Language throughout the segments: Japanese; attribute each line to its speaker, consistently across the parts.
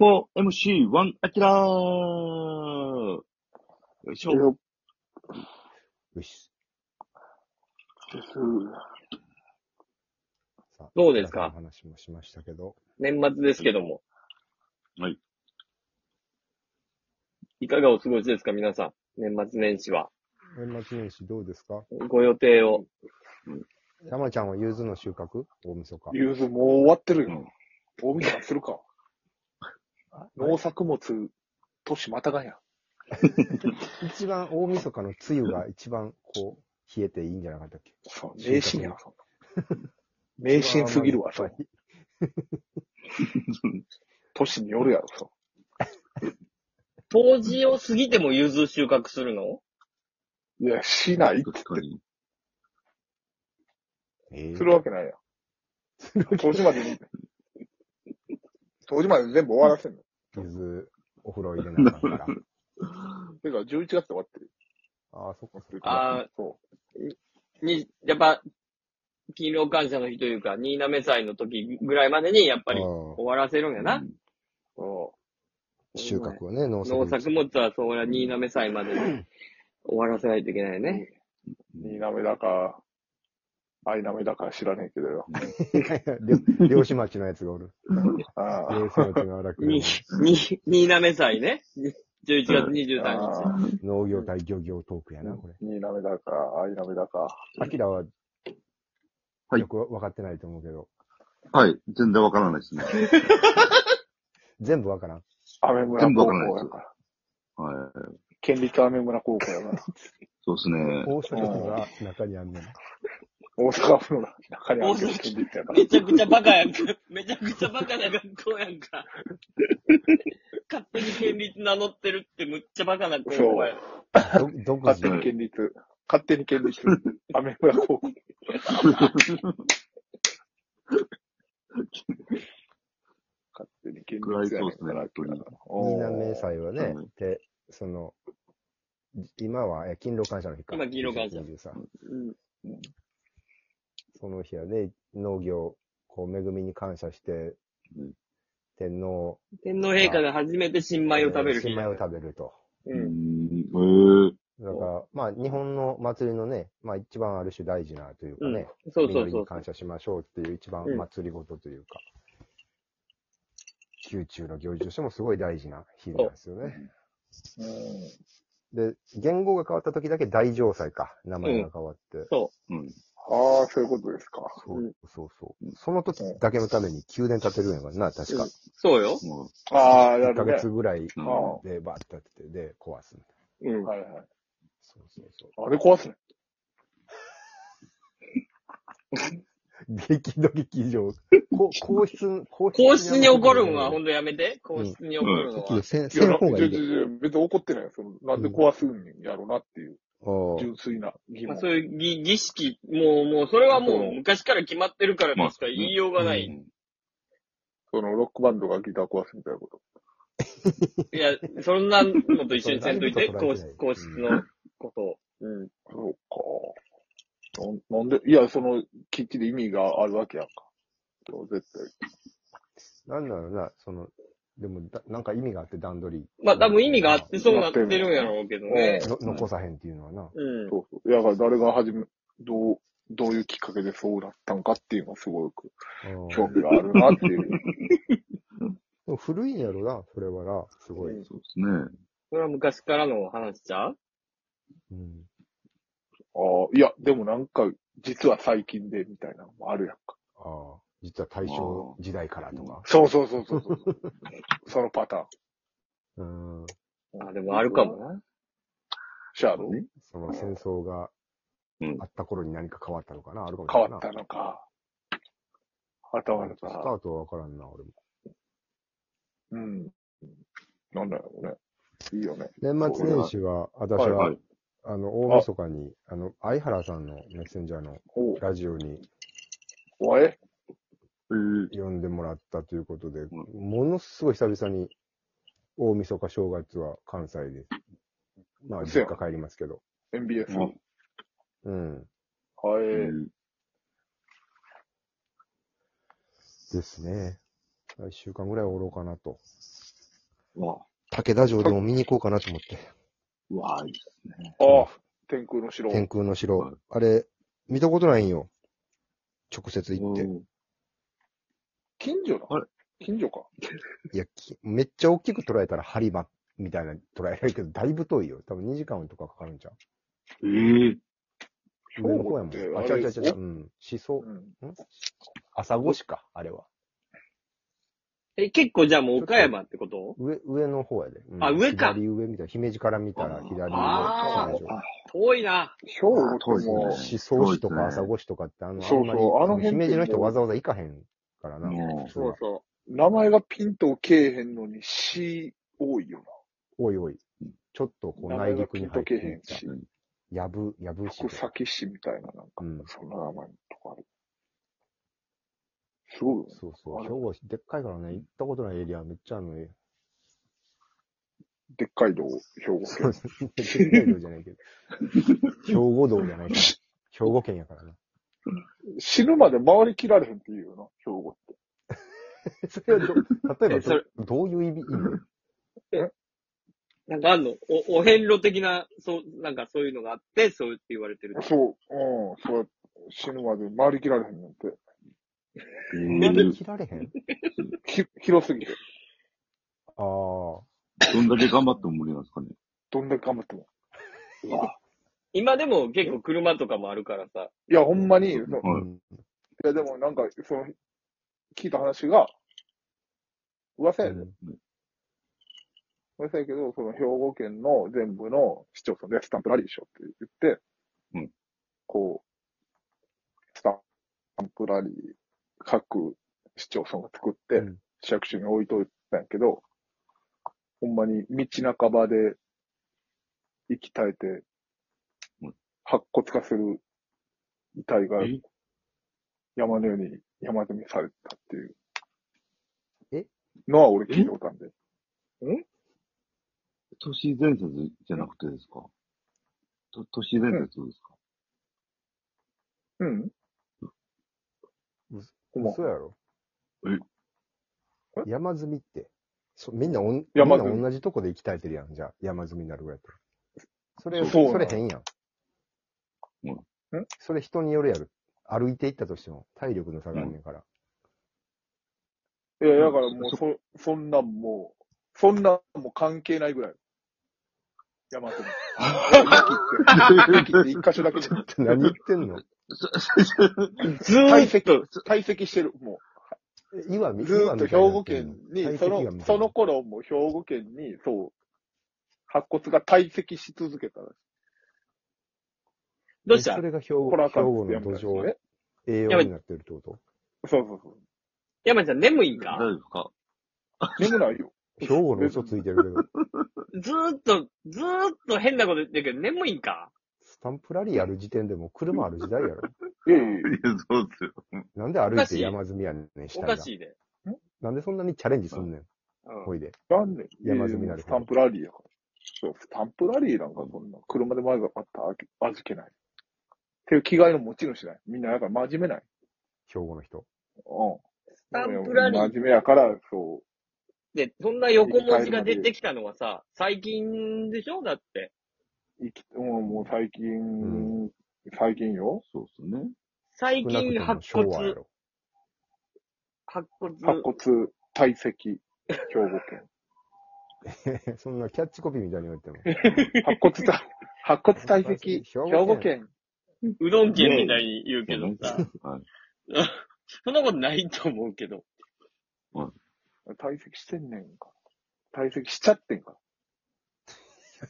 Speaker 1: 4MC1 アキラーよいしょ。
Speaker 2: よ
Speaker 3: よし。
Speaker 2: です。
Speaker 3: さあ
Speaker 4: どうですか
Speaker 3: お話もしましたけど。
Speaker 4: 年末ですけども。
Speaker 1: はい。
Speaker 4: いかがお過ごしですか、皆さん。年末年始は。
Speaker 3: 年末年始どうですか
Speaker 4: ご予定を。
Speaker 3: 山ちゃんはユーズの収穫大晦日。
Speaker 2: ユーズもう終わってる
Speaker 1: うん
Speaker 2: よ。大晦日にするか。農作物、年またがんや。
Speaker 3: 一番大晦日の梅雨が一番こう、冷えていいんじゃなかったっけ
Speaker 2: そう、
Speaker 3: 収穫
Speaker 2: 迷信や。そんな迷信すぎるわ、そ
Speaker 3: やっ
Speaker 2: う
Speaker 3: ぱ。り
Speaker 2: 年によるやろ、そう。
Speaker 4: 冬至を過ぎても融通収穫するの
Speaker 2: いや、しないって
Speaker 1: 確かに。
Speaker 3: ええ
Speaker 2: するわけないやん。当時までに、当時まで全部終わらせんの。
Speaker 3: ゆず、お風呂入れなかったから。
Speaker 2: てか、11月で終わってる。
Speaker 3: ああ、そっかそっか。
Speaker 4: あ
Speaker 2: そ
Speaker 4: に、やっぱ、勤労感謝の日というか、新滑祭の時ぐらいまでに、やっぱり終
Speaker 3: う
Speaker 4: わらせるんやな。
Speaker 2: う。そ
Speaker 3: ん収穫をね、農作
Speaker 4: 農
Speaker 3: 物。
Speaker 4: 作物はそうや、新滑祭までに終わらせないといけないね。
Speaker 2: う。新滑だか、愛なめだか知らねえけどよ。
Speaker 3: 漁漁師町のやつがおる。
Speaker 2: ああ
Speaker 3: 漁師町の荒く
Speaker 4: に、に、新滑祭ね。11月23日。
Speaker 2: ああ。
Speaker 3: 農業対漁業トークやな、これ。
Speaker 2: 新滑だか、愛なめだか。
Speaker 3: アキラは、
Speaker 1: はい
Speaker 3: よくわかってないと思うけど、
Speaker 1: はい。全然わからないですね。
Speaker 3: 全部わからん。
Speaker 2: アメ村高校や
Speaker 1: 全部わ
Speaker 2: から。
Speaker 1: はい。
Speaker 2: 県立アメ村高校やから。
Speaker 1: そうですね。
Speaker 3: 大阪府が中にあんねん。
Speaker 2: 大阪府の中にあるけど県立やから
Speaker 4: め。ちゃくちゃバカやんか。 めちゃくちゃバカな学校やん か。勝手に県立名乗ってるってむっちゃバカな高校や。
Speaker 3: ど独
Speaker 2: 勝
Speaker 3: 自
Speaker 2: 手
Speaker 3: の
Speaker 2: に県立。勝手に県立。アメ村高校。勝手に県立やねんから。
Speaker 1: 暗いそうっすね
Speaker 3: 新
Speaker 2: おー
Speaker 3: 浪祭はね
Speaker 1: う、
Speaker 3: で、その、今は、え、勤労感謝の日か。
Speaker 4: 今勤労感謝
Speaker 3: 23
Speaker 4: うん
Speaker 3: その日はね、農業、こう、恵みに感謝して
Speaker 1: うん、
Speaker 3: 天皇、
Speaker 4: 天皇陛下が初めて新米を食べ
Speaker 3: え
Speaker 4: る
Speaker 3: ー
Speaker 4: 日。
Speaker 3: 新米を食べると。
Speaker 1: う
Speaker 2: うん。
Speaker 1: ん。うん。
Speaker 3: だから、まあ、日本の祭りのね、まあ、一番ある種大事なというかね、
Speaker 4: そうそう
Speaker 3: み
Speaker 4: そ
Speaker 3: に
Speaker 4: う。
Speaker 3: 感謝しましょうっていう一番
Speaker 4: うん
Speaker 3: 祭りごとというか、宮中の行事としてもすごい大事な日なんですよね。で、言語が変わった時だけ大城祭か、名前が変わって。
Speaker 4: そ
Speaker 1: うん。
Speaker 2: ああ、そういうことですか。
Speaker 3: そう
Speaker 4: うん
Speaker 3: そうそう。その時だけのために宮殿建てるんやからな、確か
Speaker 4: う。。そうよ。
Speaker 1: も
Speaker 2: ああ、な
Speaker 3: 1
Speaker 2: る
Speaker 3: ヶ
Speaker 2: ほど。
Speaker 3: 月ぐらい
Speaker 1: うん
Speaker 2: あ
Speaker 3: でバーって建てて、で、壊す。
Speaker 4: うん。
Speaker 2: はいはい。
Speaker 3: そうそうそう。
Speaker 2: あれ壊すね。
Speaker 3: 激怒劇場。 こ皇室、皇
Speaker 4: 皇室に怒るのは
Speaker 3: ほ
Speaker 4: ほ
Speaker 3: ん
Speaker 4: んとやめて。皇室に怒るのは。
Speaker 3: せん、
Speaker 2: い
Speaker 3: せ
Speaker 2: や、
Speaker 3: ん
Speaker 2: な
Speaker 3: 方がい
Speaker 2: ち
Speaker 3: いで
Speaker 2: ょ。ちょちょ別に怒ってないよ。そのなんで壊すんやろうなっていう、
Speaker 3: おー
Speaker 2: 純粋な疑
Speaker 4: まあ
Speaker 2: 問。
Speaker 4: そういう儀儀式、もう、もう、それはもう昔から決まってるからとしか言いようがな
Speaker 1: う
Speaker 4: い。
Speaker 1: ん
Speaker 2: そのロックバンドがギター壊すみたいなこと。
Speaker 4: いや、そんなのと一緒にせんとい て、
Speaker 3: そう
Speaker 4: 皇室、皇室のことを。うん。
Speaker 2: そうか。ななんで、いや、その、きっちり意味があるわけやんか。そう絶対。
Speaker 3: なんだろうな、その、でもだ、なんか意味があって段取り。
Speaker 4: まあ多分意味があってそうなってるんやろうけどね。
Speaker 3: の残さへんっていうのはな。
Speaker 4: うん。
Speaker 2: そうそう。いや、だから誰が始め、どう、どういうきっかけでそうなったんかっていうのはすごく
Speaker 3: うん
Speaker 2: 興味があるなって いう。
Speaker 3: でも古いんやろな、それはな、すごい。
Speaker 1: そうですね。
Speaker 4: それは昔からの話ちゃう
Speaker 3: うん。
Speaker 2: ああ、いや、でもなんか、実は最近でみたいなのもあるやんか。
Speaker 3: ああ、実は大正時代からとか。
Speaker 2: そうそうそうそうそうそう。 そのパターン。
Speaker 3: うん。
Speaker 4: あ、でもあるかもな。
Speaker 2: シャーロ
Speaker 3: その戦争が
Speaker 1: うん
Speaker 3: あった頃に何か変わったのかな、あるかもしれ
Speaker 2: 変
Speaker 3: ない
Speaker 2: わ
Speaker 3: な。
Speaker 2: ったのか。頭の
Speaker 3: スタ
Speaker 2: か。
Speaker 3: ートはわからんな、俺も。
Speaker 2: うん。なんだろうね。いいよね。
Speaker 3: 年末年始は、私
Speaker 2: はい
Speaker 3: は
Speaker 1: はい。
Speaker 3: あの、大晦日に、あの、相原さんのメッセンジャーの
Speaker 2: おう
Speaker 3: ラジオに
Speaker 2: おい
Speaker 1: えー
Speaker 3: 呼んでもらったということで、ものすごい久々に、大晦日正月は関西で、まあ、
Speaker 2: せ
Speaker 3: 実
Speaker 2: や
Speaker 3: 家帰りますけど、
Speaker 2: ?MBS。
Speaker 1: あ
Speaker 2: はい。
Speaker 3: うん。
Speaker 1: うん
Speaker 3: ですね。一週間ぐらいおろうかなと。
Speaker 1: うわ、
Speaker 3: 武田城でも見に行こうかなと思って。
Speaker 1: うわ、いいですね。
Speaker 2: ああ、天空の城。
Speaker 3: 天空の
Speaker 1: はい
Speaker 3: 城。あれ、見たことないんよ。直接行って。
Speaker 1: うん
Speaker 2: 近所だ。
Speaker 1: あれ
Speaker 2: 近所か。
Speaker 3: いや、きめっちゃ大きく捉えたら針場みたいな捉えられるけど、だいぶ遠いよ。多分2時間とかかかるんちゃう
Speaker 1: ええ
Speaker 2: 兵庫って
Speaker 3: 上の方やもん
Speaker 2: あ
Speaker 3: あ、
Speaker 2: れ
Speaker 3: ちゃうちゃうちゃう。うん。し
Speaker 2: う
Speaker 3: そ、
Speaker 2: ん。
Speaker 3: 朝5しか、あれは。
Speaker 4: え、結構じゃあもう岡山ってこと
Speaker 3: 上、上の方やで。うん
Speaker 4: あ上か
Speaker 3: 左上みたいな。姫路から見たら左上。
Speaker 4: あ
Speaker 3: そ
Speaker 4: ー
Speaker 3: う
Speaker 1: あ
Speaker 4: 遠いな。
Speaker 2: 兵庫
Speaker 1: 遠い
Speaker 2: って
Speaker 1: で
Speaker 2: も
Speaker 1: すね
Speaker 3: しそ市と
Speaker 1: そう
Speaker 3: か
Speaker 1: です
Speaker 3: 朝
Speaker 1: ね
Speaker 3: 5市とかって、あの、
Speaker 2: そうそうあの辺って、
Speaker 3: 姫路の人わざわざ行かへんからな。
Speaker 1: もう
Speaker 3: 普通
Speaker 4: そ
Speaker 3: は
Speaker 4: うそう
Speaker 2: 名前がピンとけえへんのに、市多いよ
Speaker 3: おいおい。ちょっとこう
Speaker 2: な。名
Speaker 3: 内
Speaker 2: 前が
Speaker 3: 陸
Speaker 2: ピ
Speaker 3: に
Speaker 2: ン
Speaker 3: 入
Speaker 2: と
Speaker 3: っ
Speaker 2: け
Speaker 3: て
Speaker 2: え
Speaker 3: い
Speaker 2: へん
Speaker 3: った
Speaker 2: し、
Speaker 3: やぶ、やぶ市
Speaker 2: 福。崎市みたいな、なんか、
Speaker 3: うん。
Speaker 2: そんな名前のとこある。すごいよね。
Speaker 3: そうそう。兵庫、でっかいからね、行ったことないエリアめっちゃあるのよ。
Speaker 2: でっかい道、兵庫
Speaker 3: そ
Speaker 2: 県。
Speaker 3: うそう。北海道じゃないけど。兵庫道じゃないから。兵庫県やからな。
Speaker 2: 死ぬまで回りきられへんって言うよな、兵庫って。
Speaker 3: それはど、例えば
Speaker 4: えそれ
Speaker 3: ど、どういう意味意味
Speaker 4: なんかあんのお、お遍路的な、そう、なんかそういうのがあって、そうって言われてる。
Speaker 2: そう、うん、そうやって死ぬまで回りきられへんなんて。
Speaker 1: え
Speaker 3: まだ
Speaker 1: え
Speaker 3: 切られへん
Speaker 2: ひ広すぎて、
Speaker 3: ああ。
Speaker 1: どんだけ頑張っても無理なんですかね。
Speaker 2: どんだけ頑張っても。
Speaker 4: 今でも結構車とかもあるからさ。
Speaker 2: いや、ほんまに、そう
Speaker 1: はい
Speaker 3: うん
Speaker 2: いや、でもなんか、その、聞いた話が、噂やで、噂やけど、その兵庫県の全部の市町村でスタンプラリーしようって言って、
Speaker 1: うん
Speaker 2: こう、スタンプラリー、各市町村が作って、
Speaker 3: うん
Speaker 2: 市役所に置いといたんやけど、ほんまに道半ばで息絶えて
Speaker 1: うん、
Speaker 2: 白骨化する遺体が
Speaker 1: え
Speaker 2: 山のように山積みされたっていう。
Speaker 3: え
Speaker 2: のは俺聞いたことあるんで。
Speaker 1: 都市伝説じゃなくてですかと都市伝説ですか、
Speaker 2: うん。ほんま
Speaker 3: 嘘やろ
Speaker 1: え
Speaker 3: 山積みって。そみんなおん、みん
Speaker 2: 山
Speaker 3: な
Speaker 2: 積み
Speaker 3: 同じとこで生きたいてるやん、じゃあ。山積みになるぐらいやったら。それ、
Speaker 2: そう
Speaker 3: それ変やん。
Speaker 1: うん
Speaker 2: ん
Speaker 3: それ人によるやる。歩いていったとしても、体力の差があんねんから。
Speaker 2: いや、だからもう、そ、そんなんもう、そんなんもう関係ないぐらい。山積 み。駅って一箇所だけじゃん
Speaker 3: ちょっと何言って んの
Speaker 4: ず
Speaker 2: 堆
Speaker 4: ーっ
Speaker 2: 積
Speaker 4: と、、
Speaker 2: 堆積してる。も
Speaker 3: 岩見
Speaker 2: う、ずーっと兵庫県に、その、そ、
Speaker 3: 岩みたいになってんの
Speaker 2: の頃も兵庫県に、そう、白骨が堆積し続けたらしい。
Speaker 4: どうした
Speaker 3: それが兵庫
Speaker 2: これあ
Speaker 3: 兵
Speaker 2: かんっ
Speaker 3: 庫
Speaker 2: つって
Speaker 3: の
Speaker 2: やめた
Speaker 3: 土
Speaker 2: んですよね。
Speaker 3: 壌栄養になってるってこと
Speaker 2: そうそうそう。
Speaker 4: 山ちゃん眠い
Speaker 1: 大
Speaker 4: んか
Speaker 1: 丈夫ですか
Speaker 2: 眠ないよ。
Speaker 3: 兵庫の嘘ついてるけど、
Speaker 4: ずーっと、ずーっと変なこと言ってるけど、眠いんか
Speaker 3: スタンプラリーある時点でもう車ある時代やろ。
Speaker 2: いやいやいや
Speaker 1: いや、そうですよ。
Speaker 3: なんで歩いて山積みやねん、
Speaker 4: お
Speaker 3: 下
Speaker 4: か
Speaker 3: が。
Speaker 4: しいで。
Speaker 3: なんでそんなにチャレンジすんねん、
Speaker 4: うん
Speaker 3: ほいで。
Speaker 2: やんねん。
Speaker 3: 山積みになる
Speaker 2: スタンプラリーやから。そう、スタンプラリーなんかそんな、車で前があったらあ味気ない。っていう気概の持ち主ない。みんな、だから真面目ない。
Speaker 3: 兵庫の人。
Speaker 2: うん。
Speaker 4: スタンプラリーっ
Speaker 2: 真面目やから、そう。
Speaker 4: て、そんな横文字が出てきたのはさ、最近でしょだって。
Speaker 2: 生き、うん、もう最近、
Speaker 3: う
Speaker 2: 最近よ。
Speaker 1: そうですね。
Speaker 4: 最近
Speaker 3: 少な
Speaker 4: 白
Speaker 3: くとも
Speaker 4: 骨
Speaker 3: 昭、和やろ。
Speaker 4: 白骨、
Speaker 2: 白骨、堆積、兵庫
Speaker 3: そんなキャッチコピーみたいに言われても。
Speaker 2: 県。白骨た、 白 骨堆積、
Speaker 3: 兵
Speaker 2: 兵
Speaker 3: 庫県
Speaker 2: 庫県。
Speaker 4: うどん県みたいに言うけどさ、
Speaker 1: はい。
Speaker 4: そんなことないと思うけど。
Speaker 2: 堆積してんねんか。堆積しちゃってんか。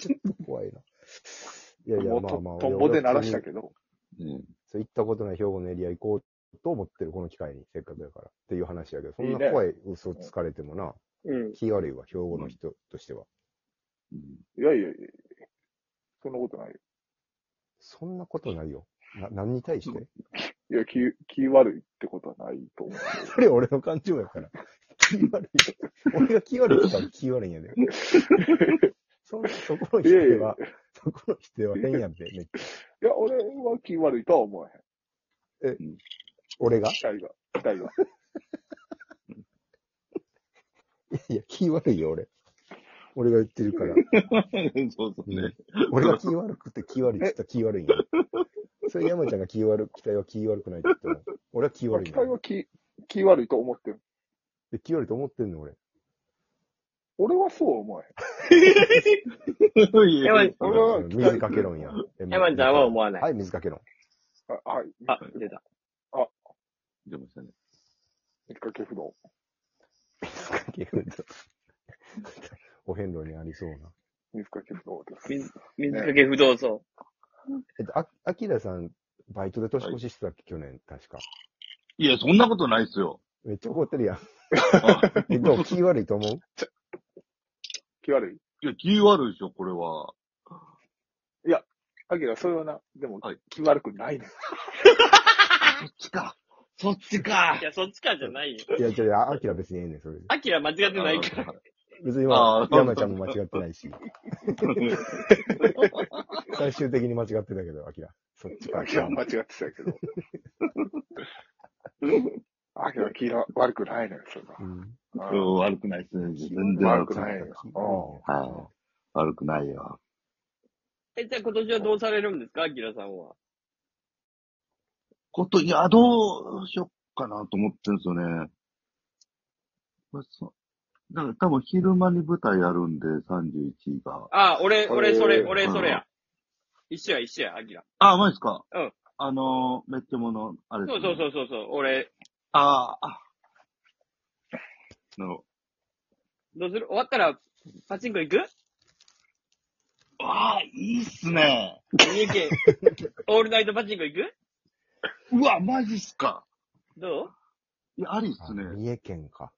Speaker 3: ちょっと怖いな。いやいや、
Speaker 2: もう
Speaker 3: ま
Speaker 2: と
Speaker 3: あまあ。
Speaker 2: トンボで鳴らした
Speaker 3: ど。
Speaker 2: けど。
Speaker 1: ね
Speaker 3: そう行ったことない兵庫のエリア行こうと思ってる、この機会に、せっかくだから。っていう話やけど、そん
Speaker 2: いいね
Speaker 3: な怖い嘘つかれてもな、
Speaker 4: うん。
Speaker 3: 気悪いわ、兵庫の人としては。
Speaker 1: うん
Speaker 2: いやいやいやそんなことないよ。
Speaker 3: そんなことないよ。な、何に対して
Speaker 2: いや、気、気悪いってことはないと思う。
Speaker 3: それ俺の感情やから。気悪い。俺が気悪いって言ったら気悪いんやで。そんそこの人
Speaker 2: いやい
Speaker 3: は
Speaker 2: や、
Speaker 3: そこの人は変やで、めっちゃ
Speaker 2: いや、俺は気悪いとは思わへん。
Speaker 3: 俺が
Speaker 2: 期待が、期待が。
Speaker 3: いや、気悪いよ、俺。俺が言ってるから。
Speaker 1: そうそうね。
Speaker 3: 俺が気悪くて気悪いって言ったら気悪いんや。それ山ちゃんが気悪い、期待は気悪くないって言ったら、俺は気悪い
Speaker 2: 期
Speaker 3: んだ
Speaker 2: 待。は気、気悪いと思ってる。
Speaker 3: え気悪いと思ってんの俺。
Speaker 2: 俺はそう思え。
Speaker 4: やばい
Speaker 2: 俺は期
Speaker 3: 水
Speaker 2: 待。
Speaker 3: かけ論や。
Speaker 4: 山ちゃんは思わない
Speaker 3: はい、水かけ論。
Speaker 2: あはい。
Speaker 4: あ、出た。
Speaker 1: 出ましたね。
Speaker 2: 水かけ不動。
Speaker 3: 水かけ論。お遍路にありそうな。
Speaker 2: 水かけ不動です。
Speaker 4: 水水かけ不動産。
Speaker 3: えっと、あ、あきらさん、バイトで年越ししてたっけ、去年、確か。
Speaker 1: いや、そんなことないっすよ。
Speaker 3: めっちゃ怒ってるやん。
Speaker 1: あ
Speaker 3: え、どう気悪いと思う
Speaker 2: 気悪い。
Speaker 1: いや、気悪いでしょ、これは。
Speaker 2: アキラ、それはな、でも
Speaker 1: はい、
Speaker 2: 気悪くないね。
Speaker 1: そっちか。そっちか
Speaker 4: い。や、そっちかじゃないよ。
Speaker 3: いや、ちょ、ああきら別にええねん、それで。
Speaker 4: アキラ間違ってないから。
Speaker 3: 別にま
Speaker 1: あ
Speaker 3: あ、
Speaker 1: ー
Speaker 3: 山ちゃんも間違ってない し、最終的に間違ってたけど、あきら。そっちか。
Speaker 2: アキラは間違ってたけど。 アキラ、気が悪くないね。それは
Speaker 3: うん。
Speaker 1: うん悪くないっすね。全然
Speaker 2: 悪
Speaker 1: 悪く
Speaker 2: くな
Speaker 1: ないい。
Speaker 2: よ。
Speaker 1: はい。悪くないよ。
Speaker 4: え、じゃあ今年はどうされるんですかアキラさんは。
Speaker 1: こと、いや、どうしよっかなと思ってんすよね。まあそうだから多分昼間に舞台やるんで、31が。
Speaker 4: あ、俺、俺、それ、
Speaker 2: おー
Speaker 4: 俺、それや。一緒や、一緒や、アキラ。
Speaker 1: あ、マジっすか
Speaker 4: うん。
Speaker 1: あの、めっちゃもの、あれ
Speaker 4: そうそう
Speaker 1: う。
Speaker 4: そうそうそう、俺、
Speaker 1: あーあ。なるほど
Speaker 4: どうする終わったら、パチンコ 行く
Speaker 1: ああ、いいっすね。
Speaker 4: 三重 県、オールナイトパチンコ行く
Speaker 1: うわ、マジっすか。
Speaker 4: どう
Speaker 1: いや、ありっすね
Speaker 3: あ。三重県か。